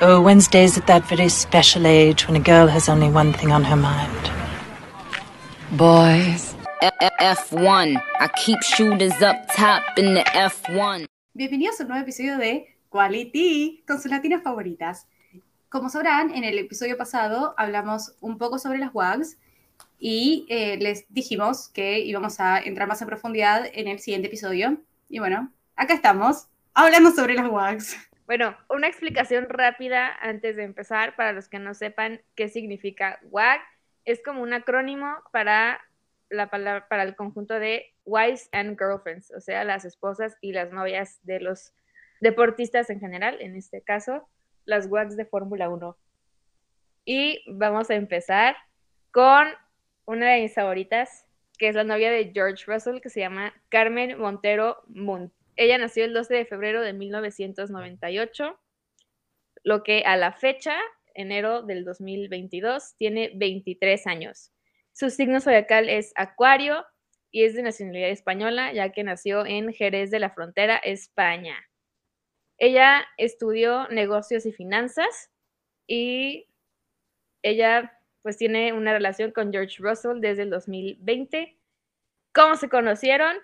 Oh, Wednesday's at that very special age when a girl has only one thing on her mind. Boys. F1. I keep shooters up top in the F1. Bienvenidos a un nuevo episodio de Quality con sus latinas favoritas. Como sabrán, en el episodio pasado hablamos un poco sobre las WAGs y eh, les dijimos que íbamos a entrar más en profundidad en el siguiente episodio. Y bueno, acá estamos, hablando sobre las WAGs. Bueno, una explicación rápida antes de empezar, para los que no sepan qué significa WAG, es como un acrónimo para, la palabra, para el conjunto de Wives and Girlfriends, o sea, las esposas y las novias de los deportistas en general, en este caso, las WAGs de Fórmula 1. Y vamos a empezar con una de mis favoritas, que es la novia de George Russell, que se llama Carmen Montero Munt. Ella nació el 12 de febrero de 1998, lo que a la fecha, enero del 2022, tiene 23 años. Su signo zodiacal es Acuario y es de nacionalidad española, ya que nació en Jerez de la Frontera, España. Ella estudió negocios y finanzas y ella pues tiene una relación con George Russell desde el 2020. ¿Cómo se conocieron?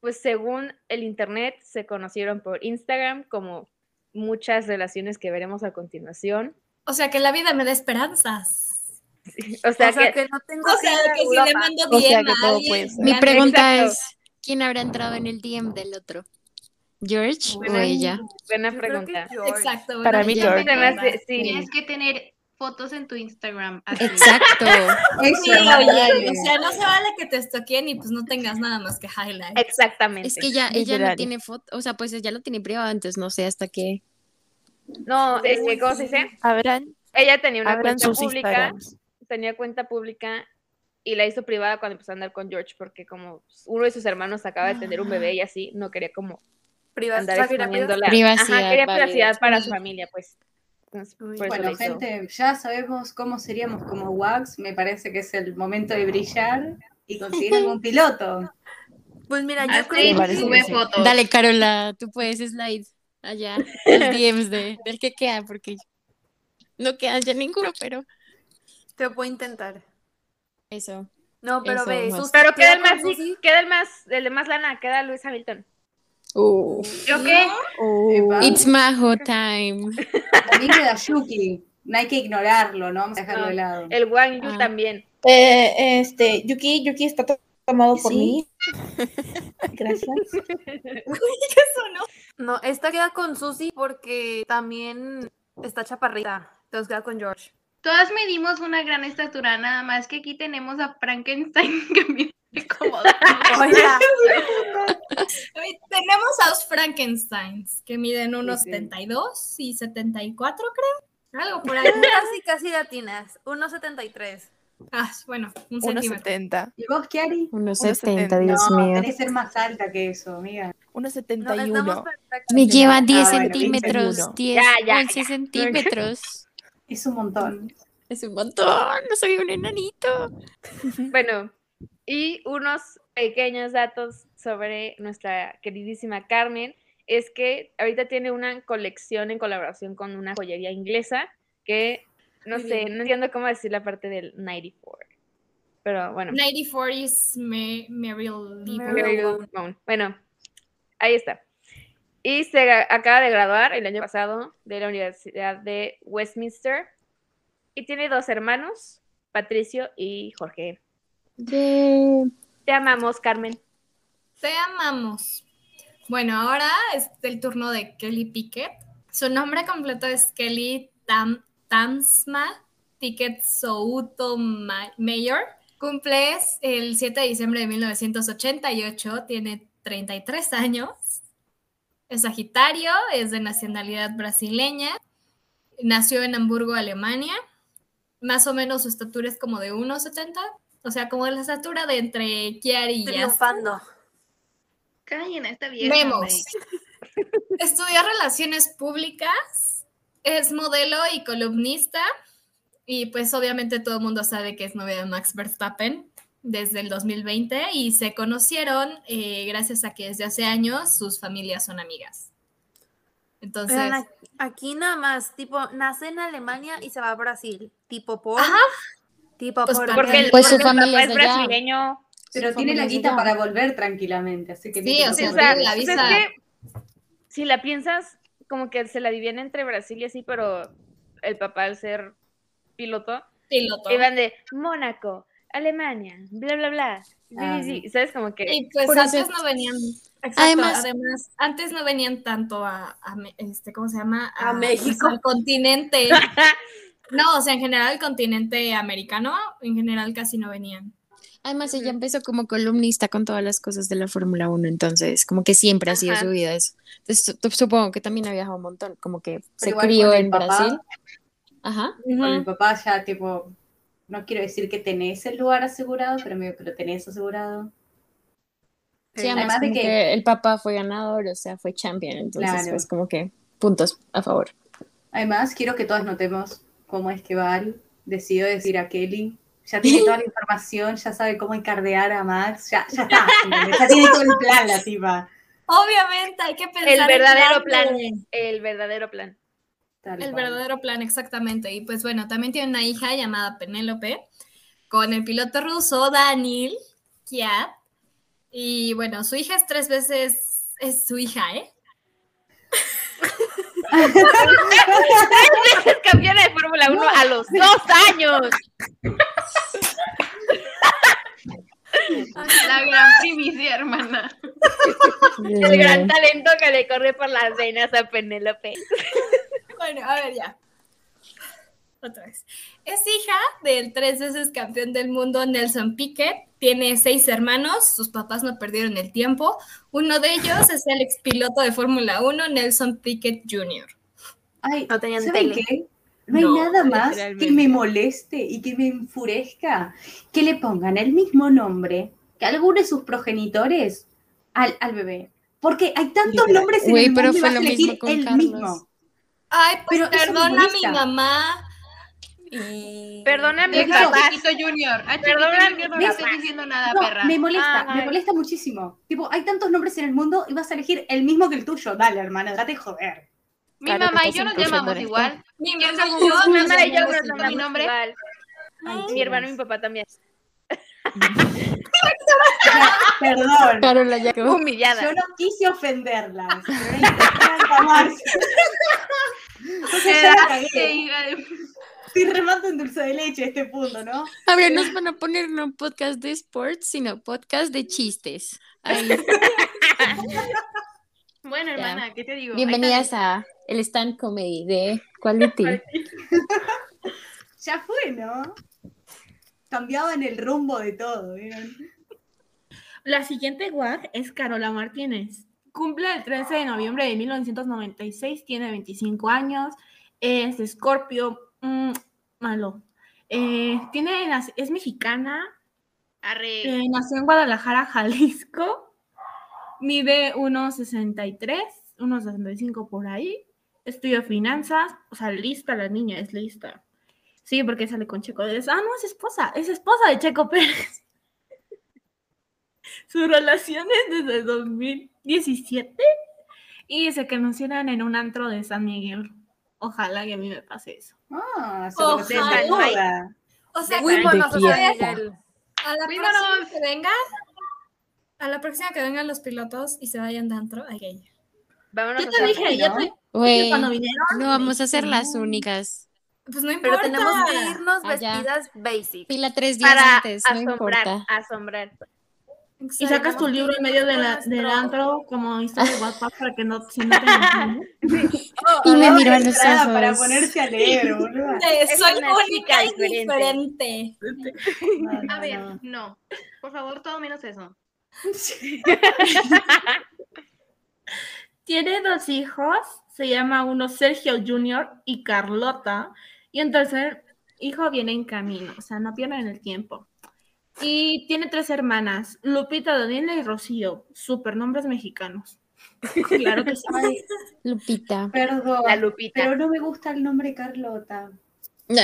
pues según el internet se conocieron por Instagram, como muchas relaciones que veremos a continuación. O sea que la vida me da esperanzas. Sí, o, sea o sea, que, que no tengo o sea, que si le mando DM o sea que todo puede ser. Mi pregunta Exacto. es ¿quién habrá entrado en el DM del otro? ¿George buena, o ella? Buena pregunta. Exacto. Para mí George. Tienes sí. que tener fotos en tu Instagram. Así. Exacto. sí, oye, o sea, no se vale que te estoquen y pues no tengas nada más que highlight. Exactamente. Es que ya, ella no tiene foto, o sea, pues ya lo tiene privado antes, no sé hasta qué. No, es que, ¿cómo se dice? Habrán, ella tenía una cuenta pública, Instagrams. tenía cuenta pública y la hizo privada cuando empezó a andar con George porque como uno de sus hermanos acaba de tener un bebé y así, no quería como privacidad, andar exponiéndola. Privacidad, Ajá, quería privacidad para su familia, pues. Uy, bueno, gente, ya sabemos cómo seríamos como Wax. Me parece que es el momento de brillar y conseguir algún piloto. Pues mira, Ah, yo creo que sube sí. fotos. Dale, Carola, tú puedes slide allá, los DMs de, del que queda, porque no queda ya ninguno, pero. Te puedo intentar. Eso. No, pero eso ve, más. Pero queda el más, sí, queda el más, el de más lana, queda Luis Hamilton. Oh. ¿Yo qué? Oh. It's Majo time. También queda Yuki. No hay que ignorarlo, ¿no? Vamos a dejarlo no, de lado. El Wang Yu ah. también. Eh, este, Yuki, Yuki está tomado por ¿Sí? mí. Gracias. Eso no. No, esta queda con Susi porque también está chaparrita. Entonces queda con George. Todas medimos una gran estatura, nada más que aquí tenemos a Frankenstein que mide como tenemos a los Frankensteins que miden unos sí, sí. 72 y 74, creo. Algo por ahí. casi, casi latinas. 1,73. Ah, bueno, un 1,70. ¿Y vos, Kiari? 1,70, Dios no, mío. Tenés que ser más alta que eso, amiga. 1,71. No, Me lleva 10 ah, centímetros, bueno, 10, ya, ya, 11 ya. centímetros. Es un montón. Es un montón, no soy un enanito. bueno, y unos pequeños datos sobre nuestra queridísima Carmen es que ahorita tiene una colección en colaboración con una joyería inglesa que no Muy sé, bien. no entiendo cómo decir la parte del 94. Pero bueno. 94 es Meryl Bueno, ahí está. Y se acaba de graduar el año pasado de la Universidad de Westminster y tiene dos hermanos, Patricio y Jorge. Yeah. Te amamos, Carmen. Te amamos. Bueno, ahora es el turno de Kelly Pickett. Su nombre completo es Kelly Tam Tamsma Pickett Souto Mayor. Cumple el 7 de diciembre de 1988, tiene 33 años. Es Sagitario, es de nacionalidad brasileña. Nació en Hamburgo, Alemania. Más o menos su estatura es como de 1,70. O sea, como la estatura de entre Kiari y Triunfando. Callen, está bien. Vemos. Estudió relaciones públicas, es modelo y columnista. Y pues obviamente todo el mundo sabe que es novia de Max Verstappen desde el 2020 y se conocieron eh, gracias a que desde hace años sus familias son amigas. Entonces, Vean, aquí, aquí nada más, tipo, nace en Alemania y se va a Brasil. Tipo por. Ajá. Tipo Pues por. porque Porque, el- Pues su porque el familia papá es es de allá. brasileño. Pero Su tiene la familia es guita allá. para volver tranquilamente, así que... no Sí, te o sea, O preocupes. sea, la pues visa. es que si la piensas, como que se la dividen entre Brasil y así, pero el papá al ser piloto, piloto. iban de Mónaco, Alemania, bla, bla, bla. Sí, Ah. sí, sí, ¿sabes? Como que... Y pues Por antes eso- no venían. exacto, Además- además, antes no venían tanto a, a me- este, ¿cómo se llama? pues, A México. Al continente. No, o sea, en general el continente americano, en general casi no venían. Además, ella empezó como columnista con todas las cosas de la Fórmula 1, entonces como que siempre ha sido Ajá. su vida eso. Entonces, su- supongo que también ha viajado un montón, como que se igual crió con el en papá. Brasil. Ajá. Con mi papá ya, tipo, no quiero decir que tenés el lugar asegurado, pero medio que lo tenés asegurado. Sí, además, además de como que- que el papá fue ganador, o sea, fue champion, entonces Claro. pues como que puntos a favor. Además, quiero que todas notemos cómo es que Val decidió decir a Kelly. Ya tiene toda la información, ya sabe cómo encardear a Max, ya, ya está, ¿entendés? ya tiene todo el plan la tipa. Obviamente hay que pensar. en verdadero grande. El verdadero plan. Tal El cual. verdadero plan, exactamente. Y pues bueno, también tiene una hija llamada Penélope con el piloto ruso Daniel Kiat. Y bueno, su hija es tres veces, es su hija, ¿eh? Es campeona de Fórmula 1 a los dos años. La gran primicia, hermana. El gran Eh, talento que le corre por las venas a Penélope. Bueno, a ver ya. Otra vez. Es hija del tres veces campeón del mundo Nelson Piquet. Tiene seis hermanos. Sus papás no perdieron el tiempo. Uno de ellos es el expiloto de Fórmula 1, Nelson Piquet Jr. Ay, No tenían ¿Saben tele. qué? No hay No, nada más que literalmente. me moleste y que me enfurezca que le pongan el mismo nombre que alguno de sus progenitores al, al bebé. Porque hay tantos Literal. nombres en Güey, el mundo pero y fue vas a lo mismo elegir con el Carlos. mismo. Ay, pues Pero eso me perdona a mi molesta. mamá. Perdona a mi Es Claro. a papá. Chiquito Junior. A Chiquito Perdóname, Junior no le estoy papá. diciendo nada, No, perra. me molesta, Ah, Ay. me molesta muchísimo. Tipo, hay tantos nombres en el mundo y vas a elegir el mismo que el tuyo. Dale, hermana, déjate de joder. Mi Claro, mamá te y yo nos pasan llamamos cosas igual. Mi ¿Quién mamá se y jugó? yo Mi nos mamá y yo llamamos nos igual. llamamos Mi nombre. igual. Ay, Mi chicas. hermano y mi papá también. Perdón, Carola ya quedó Humillada. yo no quise ofenderlas. pero intentaron tomarse. Entonces ya la Qué cagué. hija de- Estoy remando en dulce de leche a este punto, ¿no? Ahora nos van a poner no podcast de sports, sino podcast de chistes. Ahí. Bueno, hermana, ¿qué te digo? Bienvenidas a el stand comedy de Quality. Ya fue, ¿no? Cambiaban el rumbo de todo, ¿vieron? La siguiente WAG es Carola Martínez. Cumple el 13 de noviembre de 1996, tiene 25 años, es de Escorpio, mm, malo. Eh, tiene, nas- es mexicana, Arre. eh, nació en Guadalajara, Jalisco, mide unos 63, unos 65 por ahí, estudió finanzas, o sea, lista la niña, es lista. Sí, porque sale con Checo Pérez. Ah, no, es esposa, es esposa de Checo Pérez. Su relación es desde 2017 y se conocieron en un antro de San Miguel. Ojalá que a mí me pase eso. Ah, se Ojalá. conocen de moda. O sea, Muy buenos, De o sea, fiesta. el- Pues A la Cuídanos. próxima que venga, a la próxima que vengan los pilotos y se vayan de antro, hay que ir. Vámonos Yo a te San dije, Miguel. yo te dije Güey, cuando vinieron. no vamos a ser dije, las no. únicas. Pues no importa. Pero tenemos que irnos Allá. vestidas basic. Pila tres días Para antes, no asombrar, importa. asombrar. Y sacas tu libro en medio de la, del antro como historia de WhatsApp para que no se noten. Y me Ahora miró a de los entrada Para ojos. ponerse a leer, boludo. Sí, Es soy una única chica y diferente. diferente. A ver, no. Por favor, todo menos eso. Tiene dos hijos, se llama uno Sergio Jr. y Carlota, y un tercer hijo viene en camino, o sea, no pierden el tiempo. Y tiene tres hermanas, Lupita, Daniela y Rocío, super nombres mexicanos. Claro que sí. Ay, Lupita. perdón, La Lupita. pero no me gusta el nombre Carlota. Es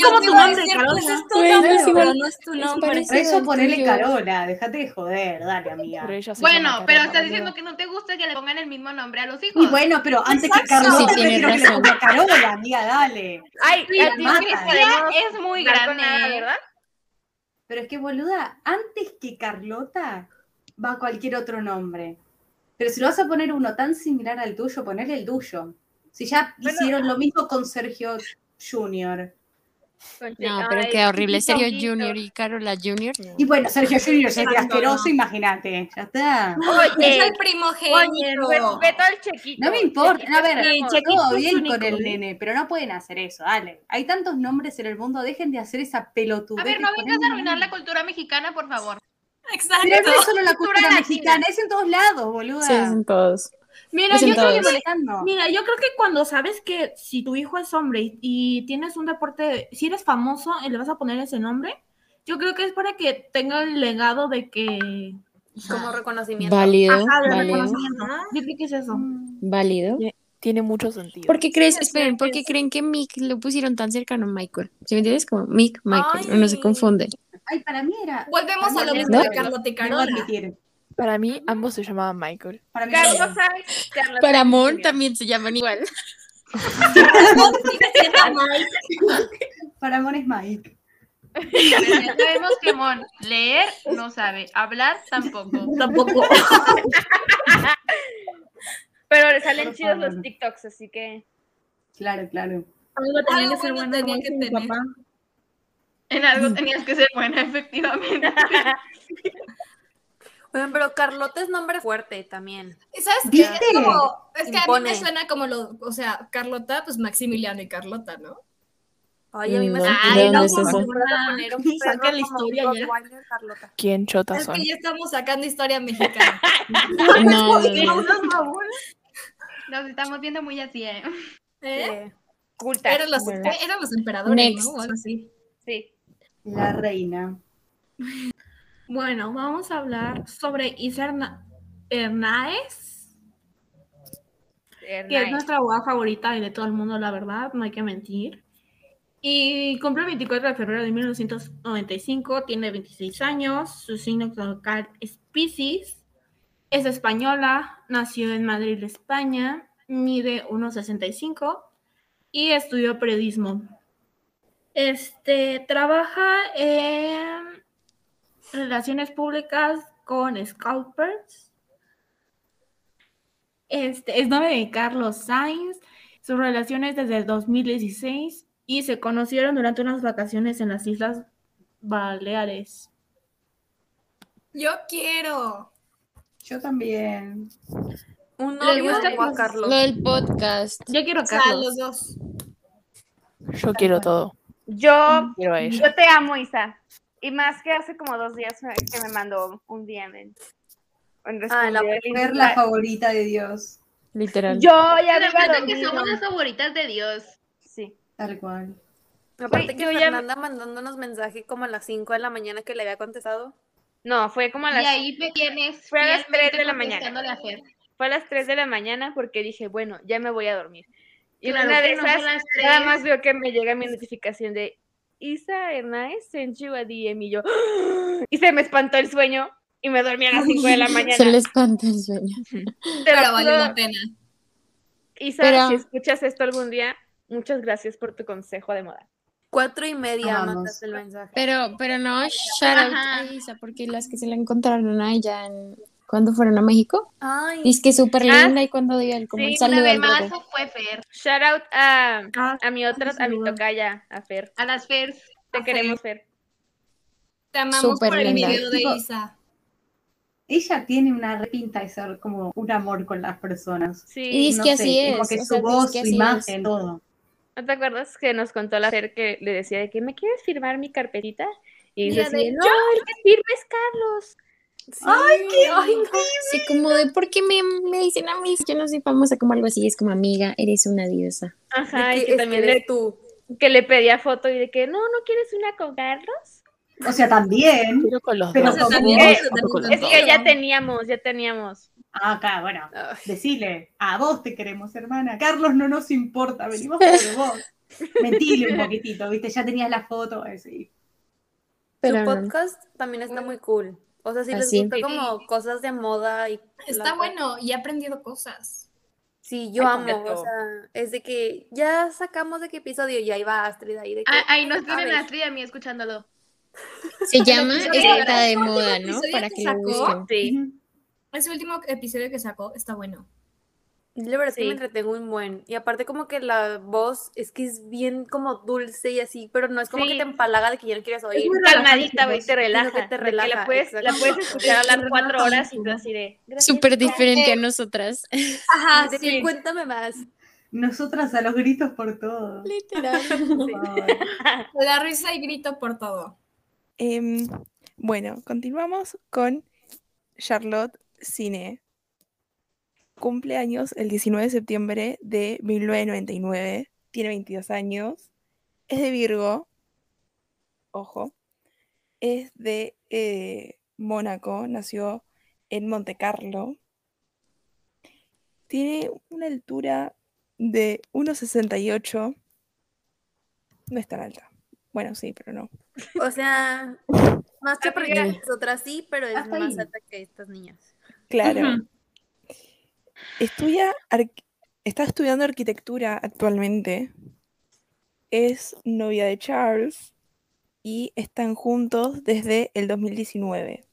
Yo como te tu iba a nombre, decir, Carola. pues, es tu Bueno, nombre, es igual- pero no es tu es nombre. parecido. Por eso al ponerle tuyo. Carola, dejate de joder, dale, amiga. Pero ella se Bueno, pero llama Carola, estás boludo. diciendo que no te gusta que le pongan el mismo nombre a los hijos. Y bueno, pero antes que Exacto. Carlota, Sí, sí, prefiero que tienes le razón. ponga Carola, amiga, dale. Ay, Sí, a ti mata. no podemos es muy jugar con grande. nada, ¿verdad? Pero es que, boluda, antes que Carlota va cualquier otro nombre. Pero si lo vas a poner uno tan similar al tuyo, ponerle el tuyo. Si ya Bueno. hicieron ah. lo mismo con Sergio Junior. Con- No, Ay, pero qué horrible. Sergio chiquito. Junior y Carola Junior. Y bueno, Sergio Junior sería Exacto, asqueroso, no. imagínate. Ya está. Es Oye, el primogénito. oye, respeto al chequito. No me importa. A ver, Chequito es todo Chequito es bien único, con el ¿no? nene, pero no pueden hacer eso, dale. Hay tantos nombres en el mundo, dejen de hacer esa pelotudez. A ver, de no vengas ponerle a arruinar la nombres. cultura mexicana, por favor. Pero no Exacto. es solo la cultura cultura mexicana, es en todos lados, boluda. Sí, es en todos. Mira, Es en yo creo que todos. molestando. Mira, yo creo que cuando sabes que si tu hijo es hombre y, y tienes un deporte, si eres famoso y le vas a poner ese nombre, yo creo que es para que tenga el legado de que... Como reconocimiento. Ah, Válido, Ajá, de válido, reconocimiento. Yo creo que es eso. válido. Tiene mucho sentido. ¿Por qué crees, esperen, por qué creen que Mick lo pusieron tan cercano a Michael? ¿Sí me entiendes? Como Mick, Michael, uno se Ay. confunde. Ay, para mí era. Volvemos a lo También mismo es de verdad. Carlota y Debo Carola. admitir, Para mí, ambos se llamaban Michael. Para mí era- Carlos Sainz, Carlos Para Sainz Mon Jr. también se llaman igual. para Mon es Mike. Pero ya sabemos que Mon leer no sabe, hablar tampoco. Tampoco. Pero le salen Por chidos favor. los TikToks, así que. Claro, claro. Algo tenía que ser bueno bueno, tenía como que dice mi tener. papá. En algo tenías que ser buena, efectivamente. Oigan, pero Carlota es nombre fuerte también. ¿Y ¿Sabes qué? ¿Viste? Es como- es que a mí me Impone. suena como lo, o sea, Carlota, pues Maximiliano y Carlota, ¿no? Ay, a mí me Mm, No, suena- ¿de Ay, dónde no, es por eso? favor, de poner un Saca perro la como historia un ya. Rottweiler, Carlota. ¿Quién chotas Es son? que ya estamos sacando historia mexicana. No, no, no. Nos estamos viendo muy así, ¿eh? ¿Eh? Sí. Culta. Eran, los, culta. eran los emperadores, Next. ¿no? O algo así. Sí. La reina. Bueno, vamos a hablar sobre Isa Herna- Hernáez, eh, que es Hernán. nuestra abogada favorita y de todo el mundo, la verdad, no hay que mentir. Y cumple el 24 de febrero de 1995, tiene 26 años, su signo zodiacal es Pisces, es española, nació en Madrid, España, mide 1,65 y estudió periodismo. Este, trabaja en relaciones públicas con scalpers. Este, es novia de Carlos Sainz. Su relación es desde el 2016 y se conocieron durante unas vacaciones en las Islas Baleares. Yo quiero. Yo también. Le Un novio gusta de Juan los- Lo Carlos. del podcast. Yo quiero O sea, Carlos. los dos. Yo quiero todo. Yo, Quiero Mm. a ella. yo te amo, Isa. Y más que hace como dos días me- que me mandó un DM. en- en Ah, la responder el Ver la Insta. favorita de Dios. Literal. Yo ya La me verdad que somos las favoritas de Dios. Sí. Tal cual. Aparte que Yo ya- Fernanda mandándonos mensaje como a las 5 de la mañana que le había contestado. No, fue como a las Y ahí me tienes Fue a las fielmente tres de la mañana. contestándole a Fer. fue a las 3 de la mañana porque dije, bueno, ya me voy a dormir. Y en Claro una de que no son esas, las nada tres. más veo que me llega mi notificación de Isa Hernández sent you a DM y yo, ¡Ah! y se me espantó el sueño y me dormí a las 5 de la mañana. Se le espanta el sueño. Te lo Pero valió juro. la pena. Isa, Pero- si escuchas esto algún día, muchas gracias por tu consejo de moda. Cuatro y Ah, media Amamos. mandaste el mensaje. Pero, pero no, shout out Ajá. a Isa, porque las que se la encontraron a ella en- cuando fueron a México. Ay, Dice que súper Ah, linda y cuando dio el como sí, el Una saludo vez al más brother. fue Fer. Shout out a, Ah, a mi otra, a mi saludo. tocaya, a Fer. A las Fers. Te queremos, Fer. Te amamos Súper por el linda. video de Tipo- Isa. Ella tiene una repinta de ser como un amor con las personas. Sí. Y dice No que sé, así es. como que o su sea, dice voz, que su así imagen, es. todo. ¿No te acuerdas que nos contó la Fer que le decía de que me quieres firmar mi carpetita? Y Y dice ella así, de, de, no, "Yo". el que firma es Carlos. ay, qué Sí, como de ¿por qué me, me dicen a mí? Yo no soy famosa, como algo así. Es como amiga, eres una diosa. Ajá, y que, que también le, tú. que le pedía foto y de que no, no quieres una con Carlos. O sea, también. Quiero con los Pero dos. como Quiero vos, con los también Es dos. que ya teníamos, ya teníamos. Acá, bueno. Ay. Decile, a vos te queremos, hermana. Carlos no nos importa, venimos por vos. Mentile un poquitito, ¿viste? Ya tenías la foto. eh, Así. Su Pero no. podcast también está muy cool. O sea, si les Así. gusta como cosas de moda y... Está bueno y he aprendido cosas. Sí, yo amo, o sea, es de que ya sacamos de qué episodio y ahí va Astrid ahí de que... Ah, Ahí nos a tienen ver. a Astrid y a mí escuchándolo. Se llama episodio- Está de el último moda, ¿no? episodio Para que que lo sacó. busquen. Ese último episodio que sacó está bueno. La verdad es que Sí. me entretengo un buen. Y aparte como que la voz es que es bien como dulce y así, pero no es como que Sí. te empalaga de que ya no quieres oír. muy Calmadita, güey, te relaja, relaja. que te de que relaja, la, puedes, la exacto. puedes escuchar hablar cuatro horas y tú así de. "Gracias". Súper diferente a nosotras. Ajá, Y de que, sí. cuéntame más. Nosotras a los gritos por todo. Literal. Ay. Me da risa y grito por todo. Em, bueno, continuamos con Charlotte Cine. Cumpleaños el 19 de septiembre de 1999. Tiene 22 años. Es de Virgo. Ojo. Es de eh, Mónaco. Nació en Monte Carlo. Tiene una altura de 1,68. No es tan alta. Bueno, sí, pero no. O sea, más chaparrita que Amiga. nosotras sí, pero es Hasta más ahí. alta que estas niñas. Claro. Estudia arqu- está estudiando arquitectura actualmente. Es novia de Charles y están juntos desde el 2019.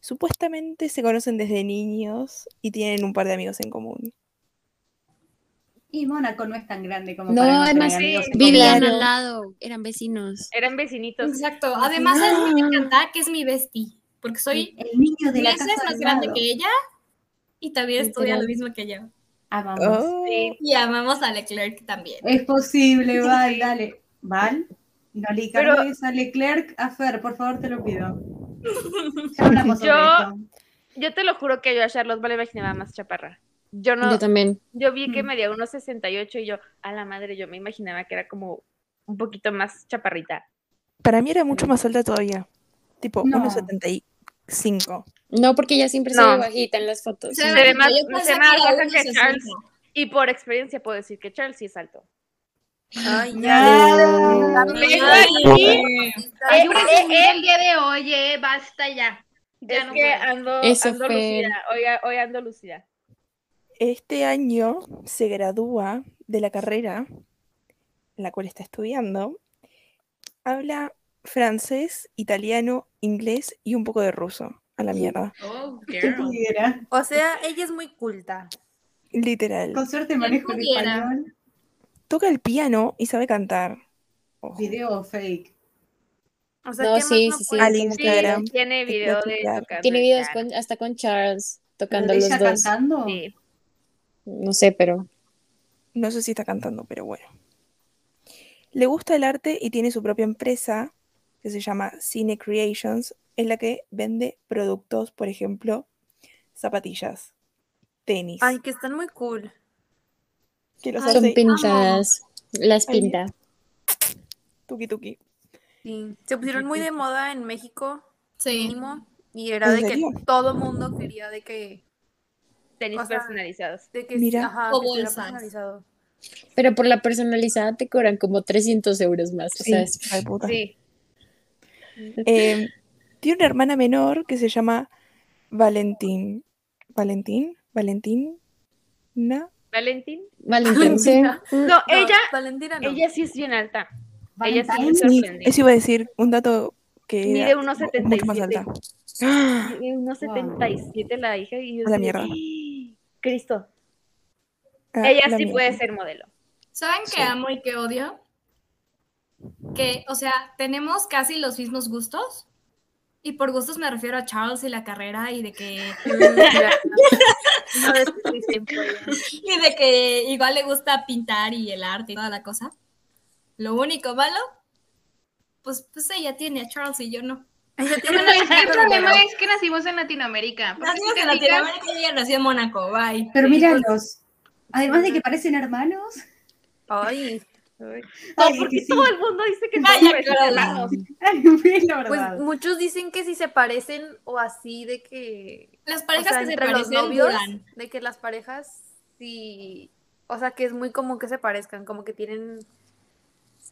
Supuestamente se conocen desde niños y tienen un par de amigos en común. Y Mónaco no es tan grande como No, para tener además amigos en vivían común. al lado, eran vecinos. Eran vecinitos. Exacto. "Ah". Además, a mí me encanta que es mi bestie. Porque soy El niño de la meses casa más al grande lado. que ella y también estudia Literal. lo mismo que yo. Amamos. Oh. Sí. Y amamos a Leclerc también. Es posible, Val, dale. Val, no le Pero- cargues a Leclerc a Fer, por favor, te lo pido. Ya hablamos sobre Yo- esto. Yo te lo juro que yo a Charlotte me la imaginaba más chaparra. Yo no, Yo también. Yo vi que Mm. medía 1.68 y yo, a la madre, yo me imaginaba que era como un poquito más chaparrita. Para mí era mucho más alta todavía. Tipo No. 1,75. No, porque ella siempre se No. ve bajita en las fotos. Se ve más- se yo pensé ve más que era baja que 1.60. Charles. Y por experiencia puedo decir que Charles sí es alto. Ay, No. ya. Ay, Hay Eh, un eh, presumir el día de hoy, eh, basta ya. Ya es no que puedo. ando, Eso ando fue. lucida. Hoy, hoy ando lucida. Este año se gradúa de la carrera en la cual está estudiando. Habla francés, italiano, inglés y un poco de ruso. A la mierda. Oh, ¿Qué girl. pudiera? O sea, ella es muy culta. Literal. Con suerte manejo el pudiera? español. Toca el piano y sabe cantar. Ojo. Video fake. O sea, No, ¿qué más sí, no sí, sí, puede? Al como Sí, Instagram. tiene Te video quiero de tocar. tocando Tiene el videos piano. con- hasta con Charles tocando ¿Pero los ella dos. cantando? Sí. No sé, pero No sé si está cantando, pero bueno. Le gusta el arte y tiene su propia empresa que se llama Cine Creations, en la que vende productos, por ejemplo, zapatillas, tenis, Ay, que están muy cool. que los son hace pintadas. Las Ay, pinta. tuki tuki. Sí. Se pusieron muy de moda en México, Sí. mínimo, y era ¿En de que serio? todo mundo quería de que, Tenis O sea, personalizados. de que, Mira. ajá, O que estuviera bolsas. personalizado. Pero por la personalizada te cobran como 300 euros más. O Sí, sea, es- ay, puta. Sí. Eh, tiene una hermana menor que se llama Valentín. ¿Valentín? ¿Valentín? ¿Na? Valentín. Valentín, sí. No, No, ella, Valentina no. ella sí es bien alta. Ella sí me Valentine. Sí, sorprendió. eso iba a decir un dato que Mide era 1,77. mucho más alta. Mide 1.77 la hija y yo A la así de, mierda. "¡Ah! Cristo. Ah, Ella la sí mierda. puede ser modelo. ¿Saben qué amo y qué odio? Que, o sea, tenemos casi los mismos gustos. Y por gustos me refiero a Charles y la carrera y de que No destruiste, pues. y de que igual le gusta pintar y el arte y toda la cosa. Lo único malo, pues, pues ella tiene a Charles y yo no. Ella tiene Bueno, es que el pero- problema es que nacimos en Latinoamérica. porque Nacimos si en te fijas, Latinoamérica y ella nació en Mónaco, bye. Pero míralos. Además de que parecen hermanos. Ay, No, Ay, porque que sí. todo el mundo dice que Calla, somos Clara. hermanos. Ay, es la pues verdad. muchos dicen que si se parecen o así de que Las o parejas sea, que se entre los parecen novios, duran. de que las parejas sí, o sea, que es muy común que se parezcan, como que tienen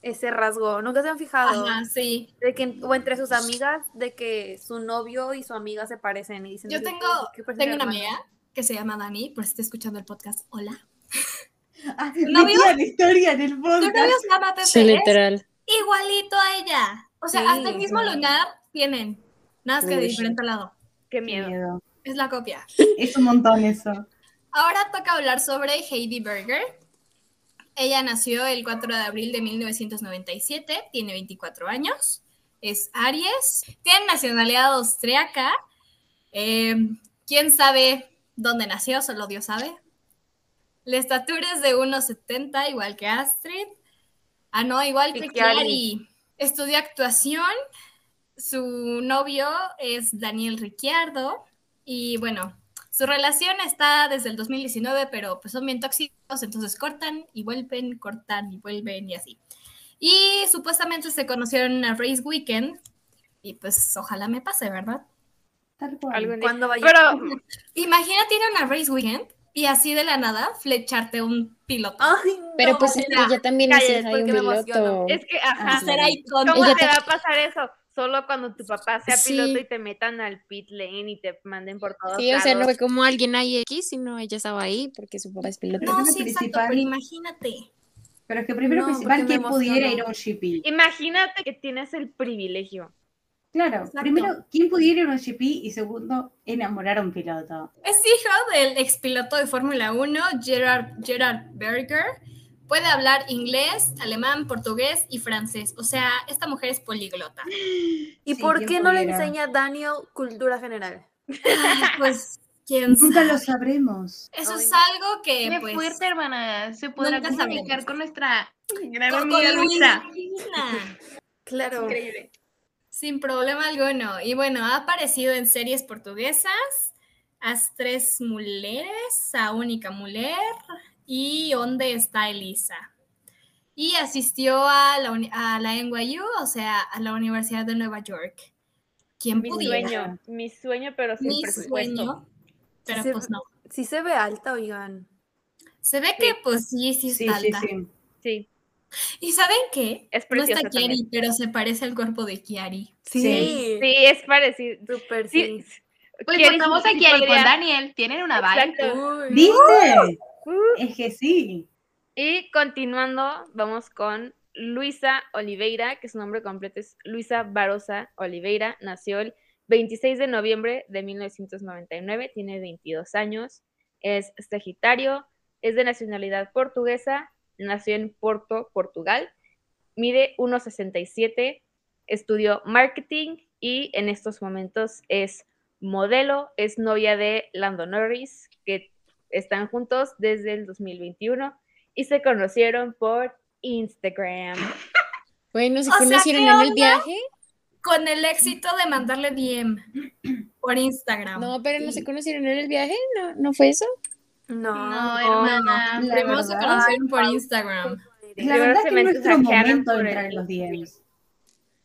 ese rasgo. Nunca se han fijado. Ajá, sí. De que, o entre sus amigas, de que su novio y su amiga se parecen y dicen. Yo de que, tengo, "Qué parecen tengo una hermanos". amiga que se llama Dani, por si está escuchando el podcast. Hola. Ah, ¿No vio? metida la historia en el Tu podcast. novio se llama Pepe. Sí, literal. Es igualito a ella. O sea, Sí. hasta el mismo lunar tienen. Nada más que de Uy. diferente lado. Qué miedo. Es la copia. Es un montón eso. Ahora toca hablar sobre Heidi Berger. Ella nació el 4 de abril de 1997, tiene 24 años, es Aries, tiene nacionalidad austriaca. eh, ¿Quién sabe dónde nació? Solo Dios sabe. La estatura es de 1,70, igual que Astrid. Ah, no, igual Y que Kiari. Kiari. Estudió actuación. Su novio es Daniel Ricciardo. Y bueno, su relación está desde el 2019, pero pues son bien tóxicos, entonces cortan y vuelven, cortan y vuelven y así. Y supuestamente se conocieron en a Race Weekend. Y pues ojalá me pase, ¿verdad? Tal cual. Algún día. Cuando vaya. Pero Imagínate ir a una Race Weekend y así de la nada flecharte un piloto. Ay, Pero no, pues es que mira. ella también Cállate, es hija de un porque me emociono. piloto. es que, ajá, Será icónico. Ah, ¿cómo Ella te te- va a pasar eso? Solo cuando tu papá sea Sí. piloto y te metan al pit lane y te manden por todos Sí, o sea, no lados. fue como alguien ahí X, sino ella estaba ahí porque su papá es piloto. No, Pero sí, exacto, principal- pero imagínate. Pero es que primero No, principal, porque me ¿quién pudiera emociono. ir a un GP? Imagínate que tienes el privilegio. Claro, Exacto. primero, ¿quién pudiera ir a un GP? Y segundo, enamorar a un piloto. Es hijo del expiloto de Fórmula 1, Gerard, Gerard Berger. Puede hablar inglés, alemán, portugués y francés. O sea, esta mujer es poliglota. ¿Y Sí, por ¿quién qué no le pudiera? enseña a Daniel cultura general? Ay, pues, quién Nunca sabe. lo sabremos. Eso Ay. es algo que, Qué pues, fuerte, hermana. Se podrá nunca sabremos. comunicar con nuestra gran con- amiga con Luisa. Luisa. Claro. Increíble. Sin problema alguno. Y bueno, ha aparecido en series portuguesas, As Tres Mulheres, A Única Mujer y ¿Dónde está Elisa? Y asistió a la, uni- a la NYU, o sea, a la Universidad de Nueva York. ¿Quién Mi pudiera? sueño, mi sueño, pero sin Mi presupuesto. sueño. Pero Sí, pues no. Sí se ve alta, oigan. Se ve que pues sí, sí Sí, está sí, alta. sí. Sí, ¿Y saben qué? Es no está preciosa Kiari, también. pero se parece al cuerpo de Kiari. Sí. sí, es parecido. Súper Sí, sí. Pues ¿Quieres votamos un aquí a tipo ir de- con Daniel. Tienen una vibe. Exacto. Uy. ¿Viste? Es que sí. Y continuando, vamos con Luisa Oliveira, que su nombre completo es Luisa Barosa Oliveira. Nació el 26 de noviembre de 1999, tiene 22 años, es Sagitario, es de nacionalidad portuguesa, nació en Porto, Portugal, mide 1,67, estudió marketing y en estos momentos es modelo, es novia de Lando Norris, que están juntos desde el 2021 y se conocieron por Instagram. Bueno, se O sea, conocieron ¿qué en el onda? viaje. Con el éxito de mandarle DM por Instagram. No, pero no se conocieron en el viaje, no, no fue eso. No. No, No, hermana. La Primero se verdad. conocieron por Instagram. La Yo creo verdad que es que me es nuestro hackearon momento por de entrar el en los DMs.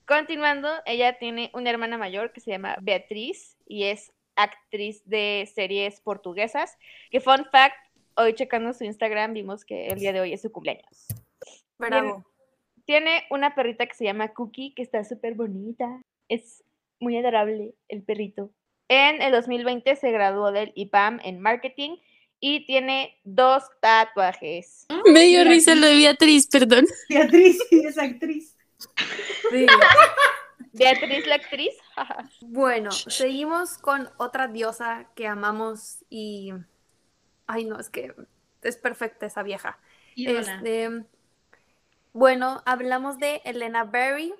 Continuando, ella tiene una hermana mayor que se llama Beatriz y es actriz de series portuguesas. Que fun fact, hoy checando su Instagram vimos que el día de hoy es su cumpleaños. Bravo. Tiene una perrita que se llama Cookie, que está súper bonita. Es muy adorable el perrito. En el 2020 se graduó del IPAM en marketing y tiene dos tatuajes. Me dio risa lo de Beatriz, perdón. Beatriz sí, es actriz. Sí. Beatriz la actriz. jaja. Bueno, seguimos con otra diosa que amamos y. Ay, no, es que es perfecta esa vieja. Ídola. Este, bueno, hablamos de Elena Berry,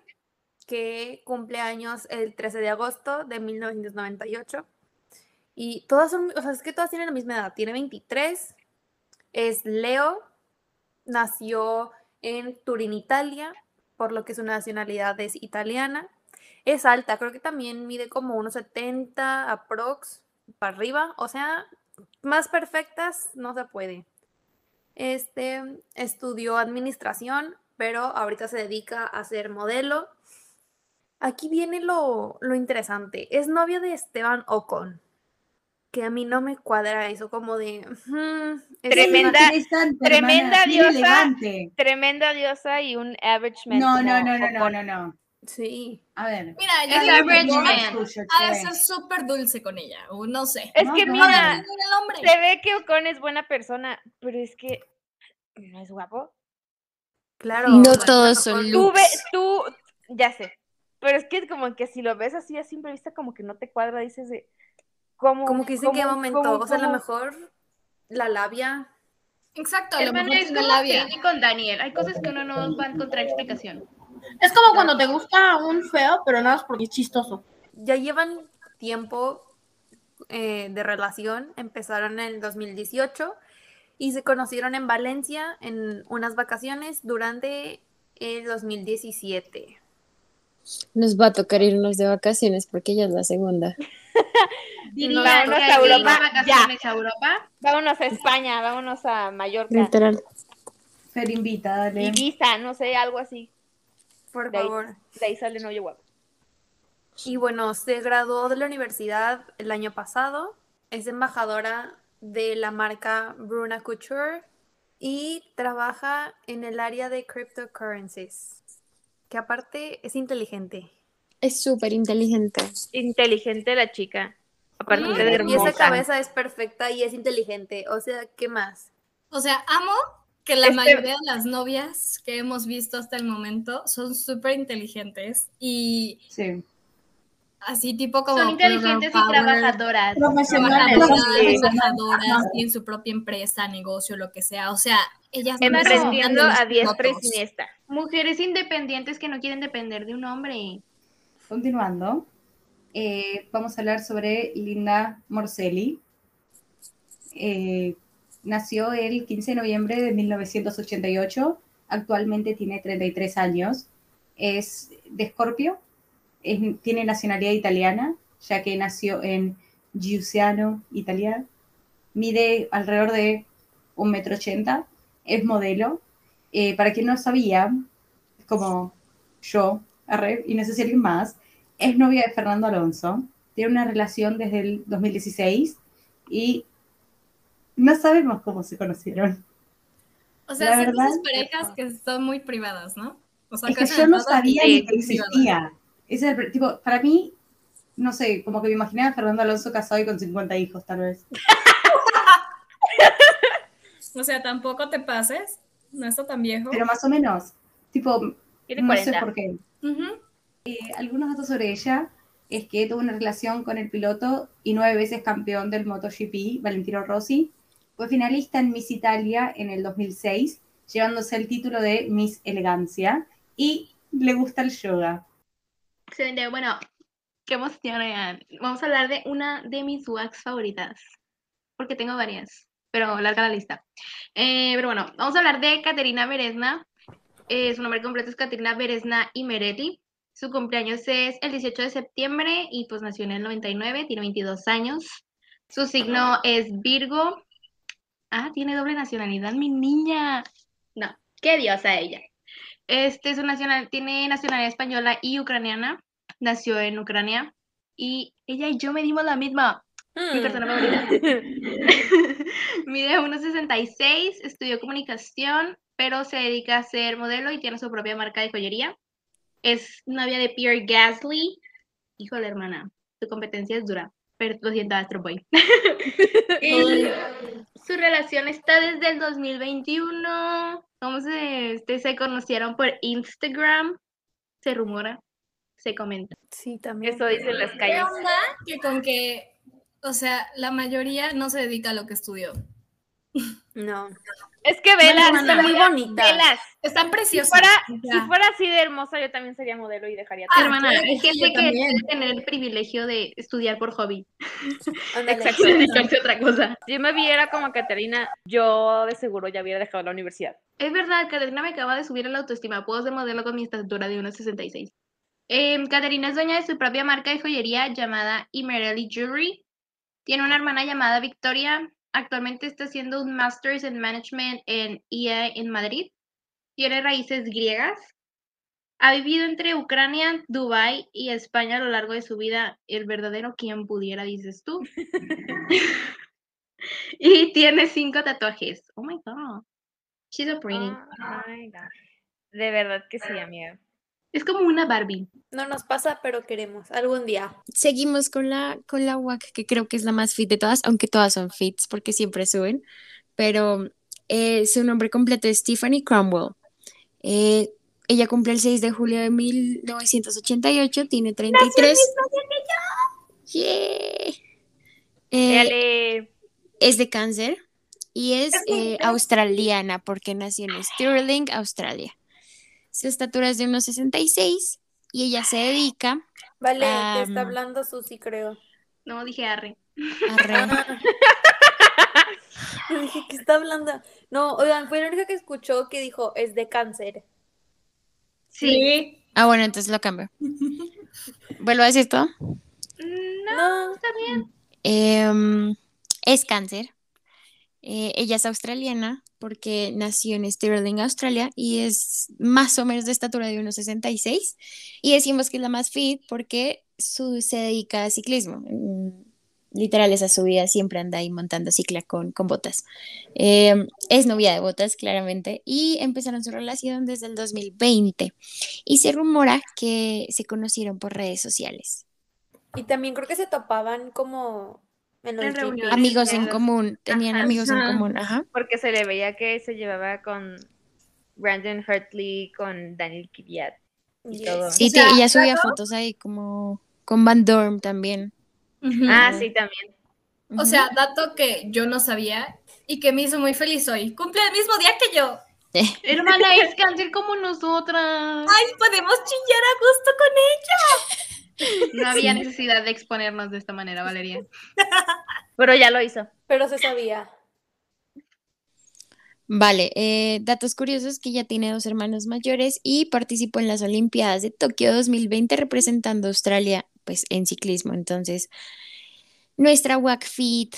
que cumple años el 13 de agosto de 1998. Y todas son, o sea, es que todas tienen la misma edad. Tiene 23, es Leo, nació en Turín, Italia, por lo que su nacionalidad es italiana. Es alta, creo que también mide como unos 70 aprox para arriba. O sea, más perfectas no se puede. Este estudió administración, pero ahorita se dedica a ser modelo. Aquí viene lo, lo interesante. Es novia de Esteban Ocon. que a mí no me cuadra eso, como de... "Mm, es- Tremenda, no tienes tanto, tremenda hermana, bien diosa, elegante". tremenda diosa y un average man. No, no, como no, no, no, Japón. no, no. Sí. A ver. Ah, Mira, yo Es digo que average Borat man. ha de ser súper dulce con ella, o no sé. Es que No, no, mira, no, no, el hombre. se ve que Ocon es buena persona, pero es que no es guapo. Claro. No todos son Tú, ve, looks. tú, ya sé, pero es que como que si lo ves así a simple vista como que no te cuadra, dices de... ¿cómo, Como que dicen que cómo- momento, cómo- o sea, a lo cómo? mejor la labia. Exacto, a lo Hermana, mejor es tiene como labia. Heidi con Daniel, hay cosas que uno no va a encontrar explicación. Es como cuando te gusta un feo, pero nada más porque es chistoso. Ya llevan tiempo eh, de relación, empezaron en el 2018 y se conocieron en Valencia en unas vacaciones durante el 2017. Nos va a tocar irnos de vacaciones porque ella es la segunda. Diría Vámonos que a hay que ir Europa, de vacaciones ya. a Europa. Vámonos a España, vámonos a Mallorca, Literal. Fer, invita, dale. Ibiza, no sé, algo así. Por De ahí- favor. de ahí sale novio guapo. Y bueno, se graduó de la universidad el año pasado. Es embajadora de la marca Bruna Couture y trabaja en el área de cryptocurrencies, que aparte es inteligente. Es súper inteligente. Inteligente la chica. Aparte Y, de y esa hermosa. cabeza es perfecta y es inteligente. O sea, ¿qué más? O sea, amo que la Este- mayoría de las novias que hemos visto hasta el momento son súper inteligentes y Sí. así tipo como... Son inteligentes y trabajadoras. Profesionales, Sí. trabajadoras y en su propia empresa, negocio, lo que sea. O sea, ellas no necesitan de Emprendiendo a nosotros. diestra y siniestra. Mujeres independientes que no quieren depender de un hombre. Continuando, eh, vamos a hablar sobre Linda Morselli. Eh, nació el 15 de noviembre de 1988, actualmente tiene 33 años, es de Escorpio, es- tiene nacionalidad italiana, ya que nació en Giussiano, Italia, mide alrededor de 1,80 m, es modelo. Eh, para quien no sabía, como yo, arre, y no sé si alguien más, es novia de Fernando Alonso, tiene una relación desde el 2016 y no sabemos cómo se conocieron. O La sea, son verdad- esas parejas que son muy privadas, ¿no? O sea, Es que casi yo no todas sabía muy ni que privadas. existía. Ese es el pr- tipo, para mí, no sé, como que me imaginaba a Fernando Alonso casado y con 50 hijos, tal vez. O sea, tampoco te pases, no está tan viejo. Pero más o menos, tipo, Tiene no sé 40. por qué. Ujú. Eh, algunos datos sobre ella es que tuvo una relación con el piloto y nueve veces campeón del MotoGP, Valentino Rossi. Fue finalista en Miss Italia en el 2006, llevándose el título de Miss Elegancia. Y le gusta el yoga. Excelente, bueno, qué emoción, oigan. Vamos a hablar de una de mis WACs favoritas, porque tengo varias, pero larga la lista. Eh, pero bueno, vamos a hablar de Caterina Berezna. Eh, su nombre completo es Caterina Berezna y Meretti. Su cumpleaños es el 18 de septiembre y pues nació en el 99, tiene 22 años. Su signo es Virgo. Ah, tiene doble nacionalidad, mi niña. No, qué diosa ella. Este, su nacional, tiene nacionalidad española y ucraniana. Nació en Ucrania. Y ella y yo medimos la misma. Mm. Mi persona favorita. Mide 1,66, estudió comunicación, pero se dedica a ser modelo y tiene su propia marca de joyería. Es novia de Pierre Gasly. Híjole, hermana, tu competencia es dura. Pero lo siento, Astro Boy. Y su relación está desde el 2021. ¿Cómo se, este, se conocieron por Instagram? Se rumora, se comenta. Sí, también. Eso dicen las ¿Qué calles. onda que con que, o sea, la mayoría no se dedica a lo que estudió? No. Es que velas, Bueno, están muy bonitas. Velas. Están Si preciosas. fuera, ya. si fuera así de hermosa, yo también sería modelo y dejaría Ah, todo. Hermana, claro, hay sí, gente yo que también. debe tener el privilegio de estudiar por hobby. Ándale. Exacto, dedicarse a otra cosa. Si yo me viera como Caterina, yo de seguro ya hubiera dejado la universidad. Es verdad, Caterina me acaba de subir la autoestima. Puedo ser modelo con mi estatura de 1,66. Em, Caterina es dueña de su propia marca de joyería llamada Imerelli Jewelry. Tiene una hermana llamada Victoria. Actualmente está haciendo un Masters E en Management en IA en Madrid. Tiene raíces griegas. Ha vivido entre Ucrania, Dubái y España a lo largo de su vida. El verdadero quien pudiera, dices tú. y tiene cinco tatuajes. Oh my god. She's so pretty. De verdad que sí, amiga. Es como una Barbie. No nos pasa, pero queremos. Algún día. Seguimos con la, con la WAC, que creo que es la más fit de todas, aunque todas son fits porque siempre suben. Pero eh, su nombre completo es Tiffany Cromwell. Eh, ella cumple el 6 de julio de 1988, tiene 33. Yeah. Eh, Dale. es de cáncer y es eh, australiana porque nació en Stirling, Australia. Su estatura es de 1,66 y ella se dedica Vale, te Ah, está mm. hablando Susi, creo. No, dije arre. a... re- Yo dije, ¿qué está hablando? No, oigan, fue la única que escuchó que dijo, es de cáncer. Sí. Ah, bueno, entonces lo cambio. ¿Vuelvo a decir todo? No, está bien. Em, es cáncer. Eh, ella es australiana porque nació en Stirling, Australia, y es más o menos de estatura de 1,66. Y decimos que es la más fit porque su, se dedica a ciclismo. Mm, Literal, esa su vida siempre anda ahí montando cicla con, con botas. Em, es novia de botas, claramente, y empezaron su relación desde el 2020. Y se rumora que se conocieron por redes sociales. Y también creo que se topaban como en los En GPs. reuniones. Amigos en Ajá. común, tenían amigos en Ajá. común, ajá. Porque se le veía que se llevaba con Brandon Hartley, con Daniel Kiviat y Yes. todo. Sí, O sea, te- ella subía claro. fotos ahí como con Van Dorm también. Ujú. Ah, sí, también. O sea, dato que yo no sabía y que me hizo muy feliz hoy. Cumple el mismo día que yo. Hermana, es cáncer como nosotras. ¡Ay, podemos chillar a gusto con ella! No había necesidad de exponernos de esta manera, Valeria. Pero ya lo hizo. Pero se sabía. Vale, eh, datos curiosos que ella tiene dos hermanos mayores y participó en las Olimpiadas de Tokio 2020 representando a Australia pues en ciclismo. Entonces, nuestra WAC Fit,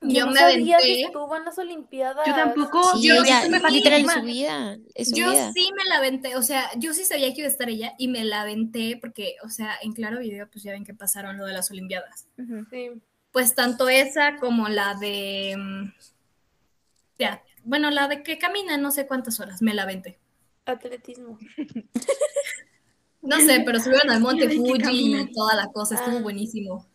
Yo no me sabía que aventé. estuvo en las Olimpiadas. Yo tampoco. Oh, sí, yo ella eso me literal fascina. su vida, es su Yo vida. sí me la aventé, o sea, yo sí sabía que iba a estar ella y me la aventé porque, o sea, en claro video, pues ya ven que pasaron lo de las Olimpiadas. Sí. Pues tanto esa como la de. mm, Ya, bueno, la de que camina no sé cuántas horas, me la aventé. Atletismo. No sé, pero subieron al Monte La de que Fuji camina. y toda la cosa, estuvo Ah. buenísimo.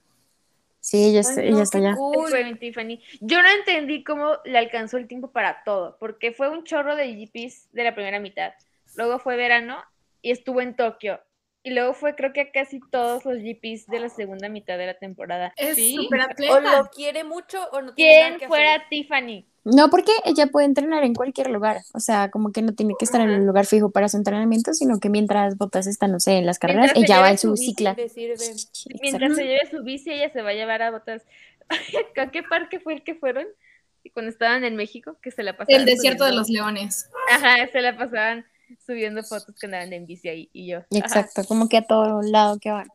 Sí, ella Ay, está, no, ella está qué allá. cool. Fue mi Tiffany. Yo no entendí cómo le alcanzó el tiempo para todo, porque fue un chorro de GPs de la primera mitad. Luego fue verano y estuvo en Tokio. Y luego fue, creo que a casi todos los GPs de la segunda mitad de la temporada. Es Sí. súper O atleta. lo quiere mucho o no tiene nada ¿Quién que hacer. fuera Tiffany? No, porque ella puede entrenar en cualquier lugar, o sea, como que no tiene que estar en un lugar fijo para su entrenamiento, sino que mientras Botas está, no sé, en las carreras, Mientras se ella lleve va en su su bici, cicla. Le sirve. Mientras Exacto. se lleve su bici, ella se va a llevar a botas. ¿A qué parque fue el que fueron? Y cuando estaban en México, que se la pasaban. El desierto de subiendo- los leones. Ajá, se la pasaban subiendo fotos que andaban en bici ahí y yo. ajá. Exacto, como que a todo lado que van.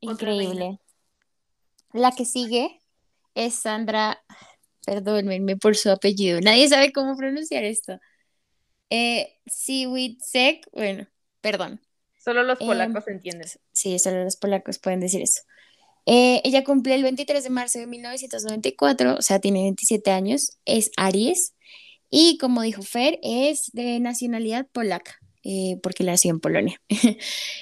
Otra reina. Increíble. La que sigue es Sandra, perdónenme por su apellido, nadie sabe cómo pronunciar esto. Eh, Siwitzek, bueno, perdón. Solo los Em, polacos entienden. Sí, solo los polacos pueden decir eso. Eh, ella cumple el 23 de marzo de 1994, o sea, tiene 27 años, es Aries y como dijo Fer, es de nacionalidad polaca, eh, porque nació en Polonia.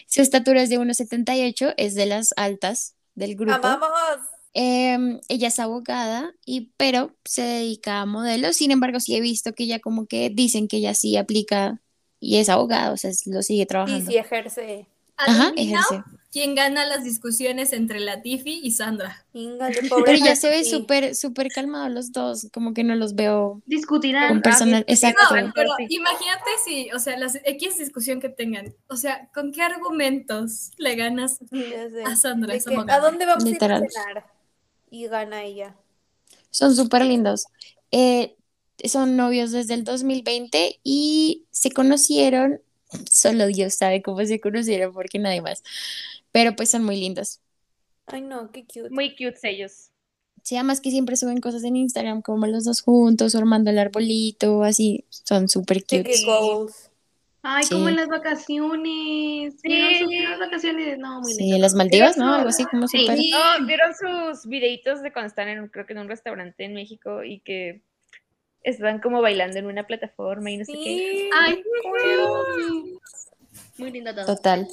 Su estatura es de 1,78, es de las altas del grupo. ¡Amamos! Em, ella es abogada y pero se dedica a modelos. Sin embargo, sí he visto que ella como que dicen que ella sí aplica y es abogada, o sea, lo sigue Sí, trabajando. sí, ejerce. Ajá, Adivina ejerce. quién gana las discusiones entre Latifi y Sandra. Íngale, Pero pobre ya se ve Messi. súper, súper calmados los dos, como que no los veo con Discutirán. personas. Exacto. No, pero sí. imagínate si, o sea, las X discusión que tengan, o sea, ¿con qué argumentos le ganas Ya sé. a Sandra? De esa que, abogada? ¿a dónde vamos a ir Literal. a cenar? Y gana ella. Son súper lindos. Eh, son novios desde el 2020 y se conocieron. Solo Dios sabe cómo se conocieron, porque nadie más. Pero pues son muy lindos. Ay, no, qué cute. Muy cute ellos. Sí, además que siempre suben cosas en Instagram, como los dos juntos, formando el arbolito, así. Son súper De que cute. goals. Ay, Sí. como en las vacaciones. ¿Vieron sus- vieron las vacaciones? No, muy Sí, en las Maldivas, ¿no? Algo así como Sí, súper. no, Oh, vieron sus videitos de cuando están en, creo que en un restaurante en México y que están como bailando en una plataforma y no sé qué. Ay, Muy lindo todo. Total.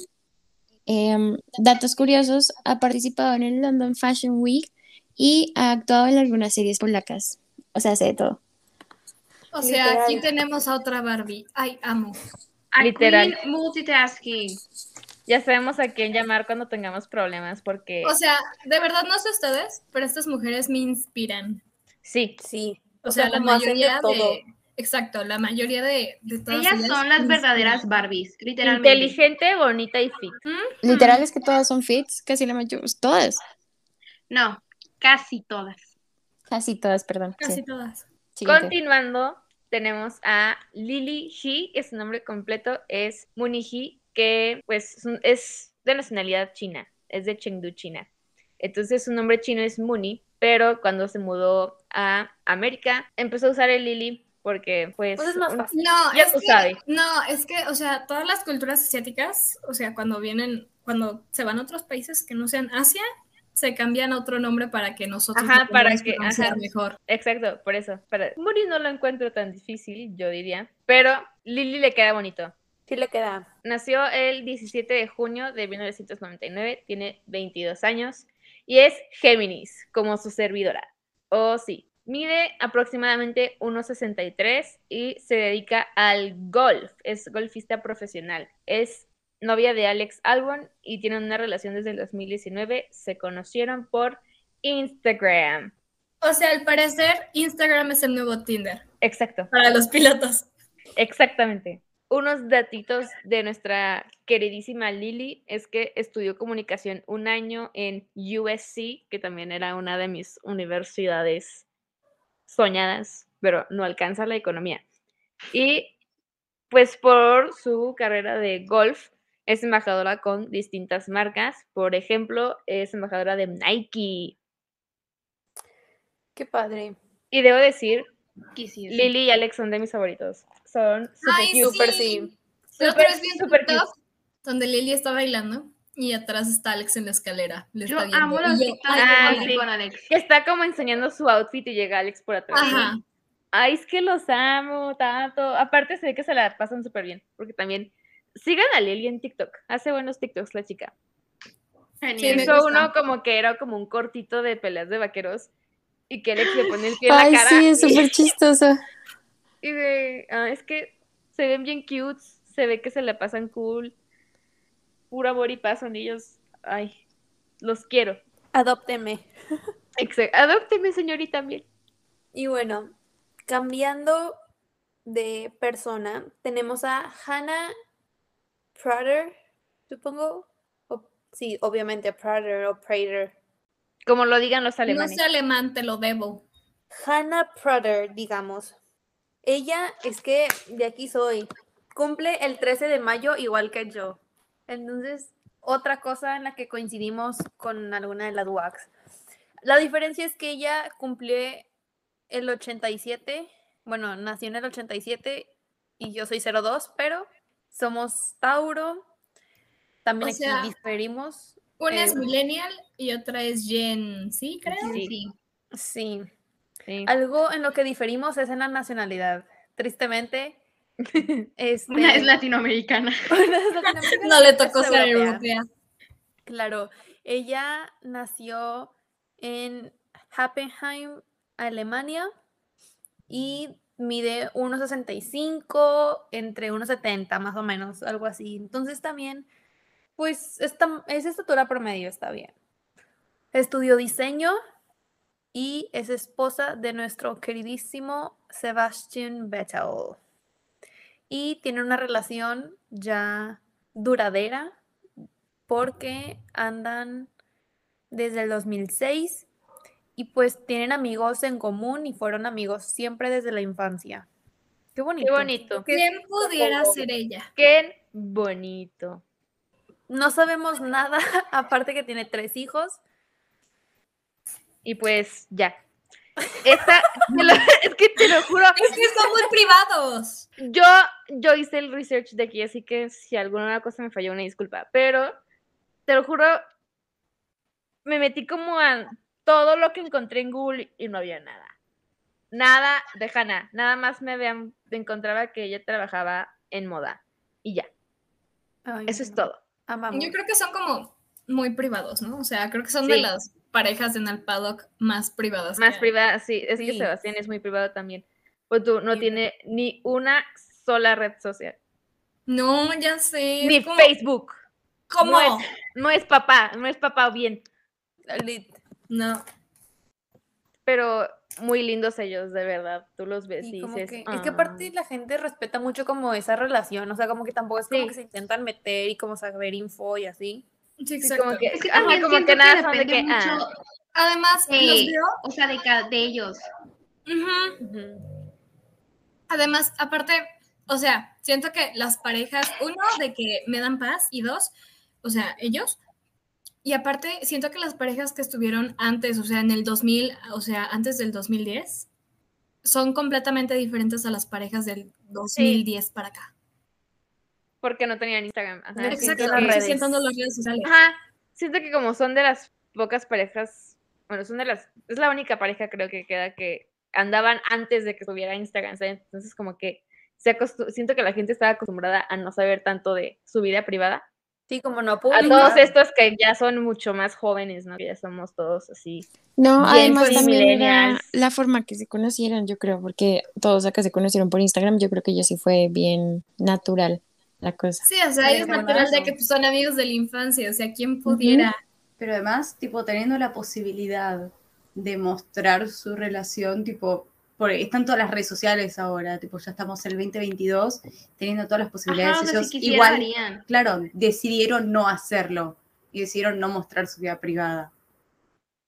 Em, datos curiosos, ha participado en el London Fashion Week y ha actuado en algunas series polacas. O sea, hace de todo. O sea, Literal. aquí tenemos a otra Barbie. Ay, amo. A Literal. queen multitasking. Ya sabemos a quién llamar cuando tengamos problemas porque O sea, de verdad no sé ustedes, pero estas mujeres me inspiran. sí, sí. O sea, la como hacen de mayoría de, todo. Exacto, la mayoría de, de todas Ellas son las verdaderas Barbies, literalmente. inteligente, bonita y fit. Literal es que todas son fits, casi la mayoría, todas, No, casi todas. casi todas, perdón. sí. todas. Siguiente. Continuando, tenemos a Lily He, que su nombre completo es Muni He, que pues es un- es de nacionalidad china, es de Chengdu, China. Entonces su nombre chino es Muni, pero cuando se mudó a América empezó a usar el Lily porque pues... un- No, Ya es tú que, sabes. no, es que, o sea, todas las culturas asiáticas, o sea, cuando vienen, cuando se van a otros países que no sean Asia, se cambian a otro nombre para que nosotros Ajá, lo para podamos que... pronunciar ajá, mejor. Exacto, por eso. Para... Muni no lo encuentro tan difícil, yo diría, pero Lily le queda bonito. Sí le queda. Nació el 17 de junio de 1999, tiene 22 años y es Géminis, como su servidora. Oh, sí. Mide aproximadamente 1,63 y se dedica al golf. Es golfista profesional. Es novia de Alex Albon y tienen una relación desde el 2019. Se conocieron por Instagram. O sea, al parecer, Instagram es el nuevo Tinder Exacto. para los pilotos. Exactamente. Unos datitos de nuestra queridísima Lily es que estudió comunicación un año en USC, que también era una de mis universidades soñadas, pero no alcanza la economía. Y pues por su carrera de golf es embajadora con distintas marcas. Por ejemplo, es embajadora de Nike. Qué padre. Y debo decir, Quisiera. Lily y Alex son de mis favoritos. Son Ay, cute. súper sí. La otra Súper, vez vi un súper TikTok donde Lily está bailando y atrás está Alex en la escalera. Le Yo está viendo. amo Y los yo, TikToks ay, Ah, de sí. Barbie con Alex. que está como enseñando su outfit y llega Alex por atrás. Ajá. Ay, es que los amo tanto. Aparte se ve que se la pasan súper bien, porque también sigan a Lily en TikTok. Hace buenos TikToks la chica. Sí, me Genial. Hizo gusta. uno como que era como un cortito de peleas de vaqueros y que Alex le pone el pie en la Ay, cara. sí, es y- súper chistoso. y de, "Ah, es que se ven bien cute, se ve que se la pasan cool. Puro amor y paz son ellos. Ay, los quiero. Adópteme. Exa- Adópteme, señorita, también. Y bueno, cambiando de persona, tenemos a Hannah Prater, supongo. O- sí, obviamente Prater o Prater. Como lo digan los no alemanes. sé alemán, te lo debo. Hannah Prater, digamos. Ella es que de aquí soy. Cumple el 13 de mayo igual que yo. Entonces, otra cosa en la que coincidimos con alguna de las WACs. La diferencia es que ella cumplió el 87, bueno, nació en el 87 y yo soy 02, pero somos Tauro. También O aquí sea, diferimos. Una es Eh, millennial y otra es Gen, sí, creo. Sí, Sí. Sí. sí. Algo en lo que diferimos es en la nacionalidad. Tristemente, este, Una es latinoamericana. una es latinoamericana No le y otra tocó es ser europea. europea. Claro, ella nació en Happenheim, Alemania, y mide 1,65 entre 1,70 más o menos, algo así. Entonces también, pues esta, es estatura promedio, está bien. Estudió diseño y es esposa de nuestro queridísimo Sebastian Vettel. Y tiene una relación ya duradera porque andan desde el 2006 y pues tienen amigos en común y fueron amigos siempre desde la infancia. Qué bonito. bonito. que ¿Quién pudiera como- ser ella? Qué bonito. No sabemos nada, aparte que tiene tres hijos. Y pues ya. Esta, te lo- es que te lo juro. Es que son muy privados. Yo, yo hice el research de aquí, así que si alguna cosa me falló, una disculpa. Pero, te lo juro, me metí como a todo lo que encontré en Google y no había nada. Nada de Hannah. Nada más me, vean, me encontraba que ella trabajaba en moda. Y ya. Eso es todo. Yo creo que son como muy privados, ¿no? O sea, creo que son de Sí. las parejas en el paddock más privadas. Más que hay. privada, sí. Es que Sí. Sebastián es muy privado también. Pues tú no tiene ni una sola red social. No, ya sé. Ni es como- Facebook. ¿Cómo? No es, no es papá, no es papá bien. No. Pero muy lindos ellos, de verdad. Tú los ves y, Y como dices. que- es que "Ah". aparte la gente respeta mucho como esa relación, o sea, como que tampoco es como que se intentan meter y como saber info y así. Sí, Sí, como que, Es que ajá, también como siento que que nada son de depende que. mucho- ah, Además, de- los veo. O sea, de, ca- de ellos. Ujú. Además, aparte, o sea, siento que las parejas, uno, de que me dan paz, y dos, o sea, ellos. Y aparte, siento que las parejas que estuvieron antes, o sea, en el 2000, o sea, antes del 2010, son completamente diferentes a las parejas del 2010 para acá. porque no tenían Instagram. Ajá, No siento existían las que- redes. Sí, siento las redes sociales. Ajá, siento que como son de las pocas parejas, bueno, son de las, es la única pareja creo que queda que andaban antes de que tuviera Instagram, ¿sabes? entonces como que se acostu- siento que la gente estaba acostumbrada a no saber tanto de su vida privada. Sí, como no A pública. todos estos que ya son mucho más jóvenes, ¿no? Que ya somos todos así. No, bien además también era millennials. la forma que se conocieran, yo creo, porque todos acá se conocieron por Instagram, yo creo que ya sí fue bien natural la cosa. Sí, o sea, Ay, es qué natural de buenazo. que pues, son amigos de la infancia, o sea, quién pudiera. Pero además, tipo, teniendo la posibilidad de mostrar su relación, tipo, por, están todas las redes sociales ahora, tipo, ya estamos en el 2022, teniendo todas las posibilidades. Ajá, o sea, si ellos quisieran, igual, harían. claro, decidieron no hacerlo y decidieron no mostrar su vida privada.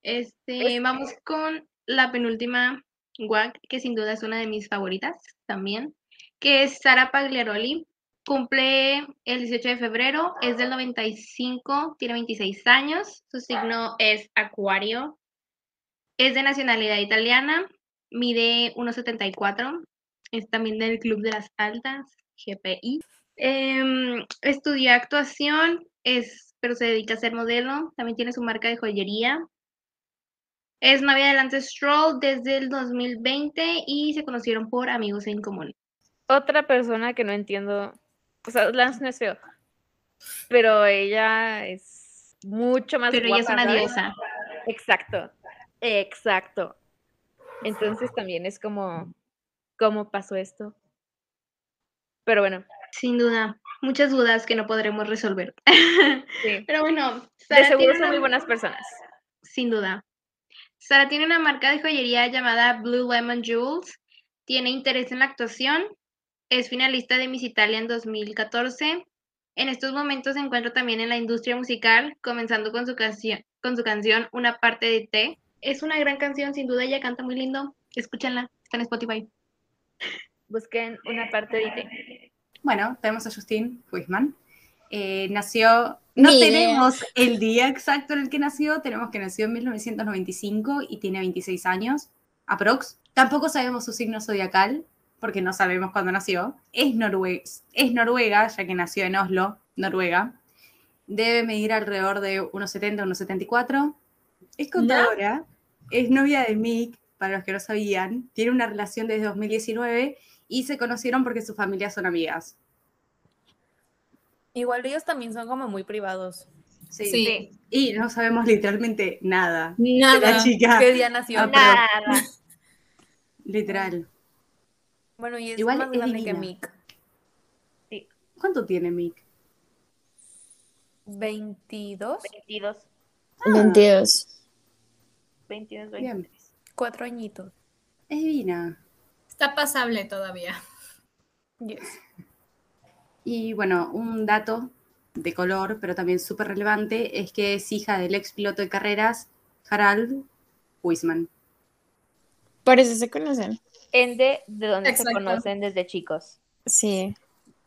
Este, vamos con la penúltima WAC, que sin duda es una de mis favoritas también, que es Sara Pagliaroli. Cumple el 18 de febrero, es del 95, tiene 26 años, su signo es Acuario, es de nacionalidad italiana, mide 1,74, es también del Club de las Altas, GPI. Em, estudió actuación, es, pero se dedica a ser modelo, también tiene su marca de joyería, es novia de Lance Stroll desde el 2020 y se conocieron por amigos en común. Otra persona que no entiendo, o sea, Lance no es feo, pero ella es mucho más Pero ella es guapa, una ¿sabes? diosa. Exacto, exacto. Entonces también es como, ¿cómo pasó esto? Pero bueno. Sin duda, muchas dudas que no podremos resolver. Sí. Pero bueno, de Sara seguro tiene son muy una- buenas personas. Sin duda. Sara tiene una marca de joyería llamada Blue Lemon Jewels. Tiene interés en la actuación. Es finalista de Miss Italia en 2014. En estos momentos se encuentra también en la industria musical, comenzando con su, canción con su canción Una parte de té. Es una gran canción, sin duda, ella canta muy lindo. Escúchenla, está en Spotify. Busquen una parte de Bueno, tenemos a Justin Huisman. Eh, nació, no Ni idea. tenemos el día exacto en el que nació, tenemos que nació en 1995 y tiene 26 años, aprox. Tampoco sabemos su signo zodiacal, porque no sabemos cuándo nació. Es, norue es noruega, ya que nació en Oslo, Noruega. Debe medir alrededor de 1,70, 1,74. Es contadora, es novia de Mick, para los que no sabían. Tiene una relación desde 2019 y se conocieron porque sus familias son amigas. Igual ellos también son como muy privados. Sí. Y no sabemos literalmente nada. Nada. De la chica. ¿Qué día nació? Ah, perdón. Nada. Literal. Bueno, y es Igual más es grande que divina. Mick. ¿Cuánto tiene Mick? 22, 22, Ah. 22. 22, Ah, Bien. cuatro añitos. Es divina. Está pasable todavía. Y bueno, un dato de color, pero también súper relevante, es que es hija del ex piloto de carreras, Harald Wisman. Por eso se conocen. En de, de donde se Exacto. conocen desde chicos. Sí,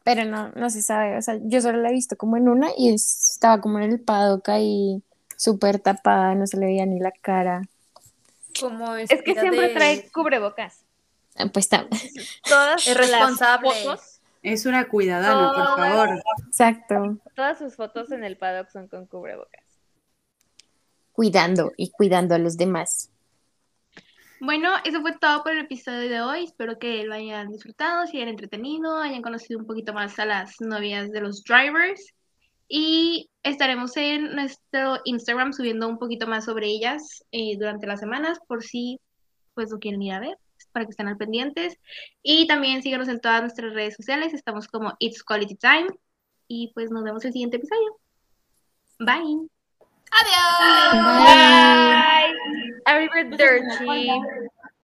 pero no, no se sabe, o sea, yo solo la he visto como en una y es- estaba como en el paddock ahí, súper tapada, no se le veía ni la cara. Como Es que siempre trae cubrebocas. Pues está. Todas Es las responsable. fotos, Es una cuidadana, por Todas- favor. Exacto. todas sus fotos en el paddock son con cubrebocas. Cuidando y cuidando a los demás. Bueno, eso fue todo por el episodio de hoy. Espero que lo hayan disfrutado, se hayan entretenido, hayan conocido un poquito más a las novias de los drivers. Y estaremos en nuestro Instagram subiendo un poquito más sobre ellas eh, durante las semanas, por si pues lo quieren ir a ver, para que estén al pendientes. Y también síganos en todas nuestras redes sociales. Estamos como It's Quality Time. Y pues nos vemos en el siguiente episodio. Bye. Adiós. Bye. Bye. Everywhere dirty.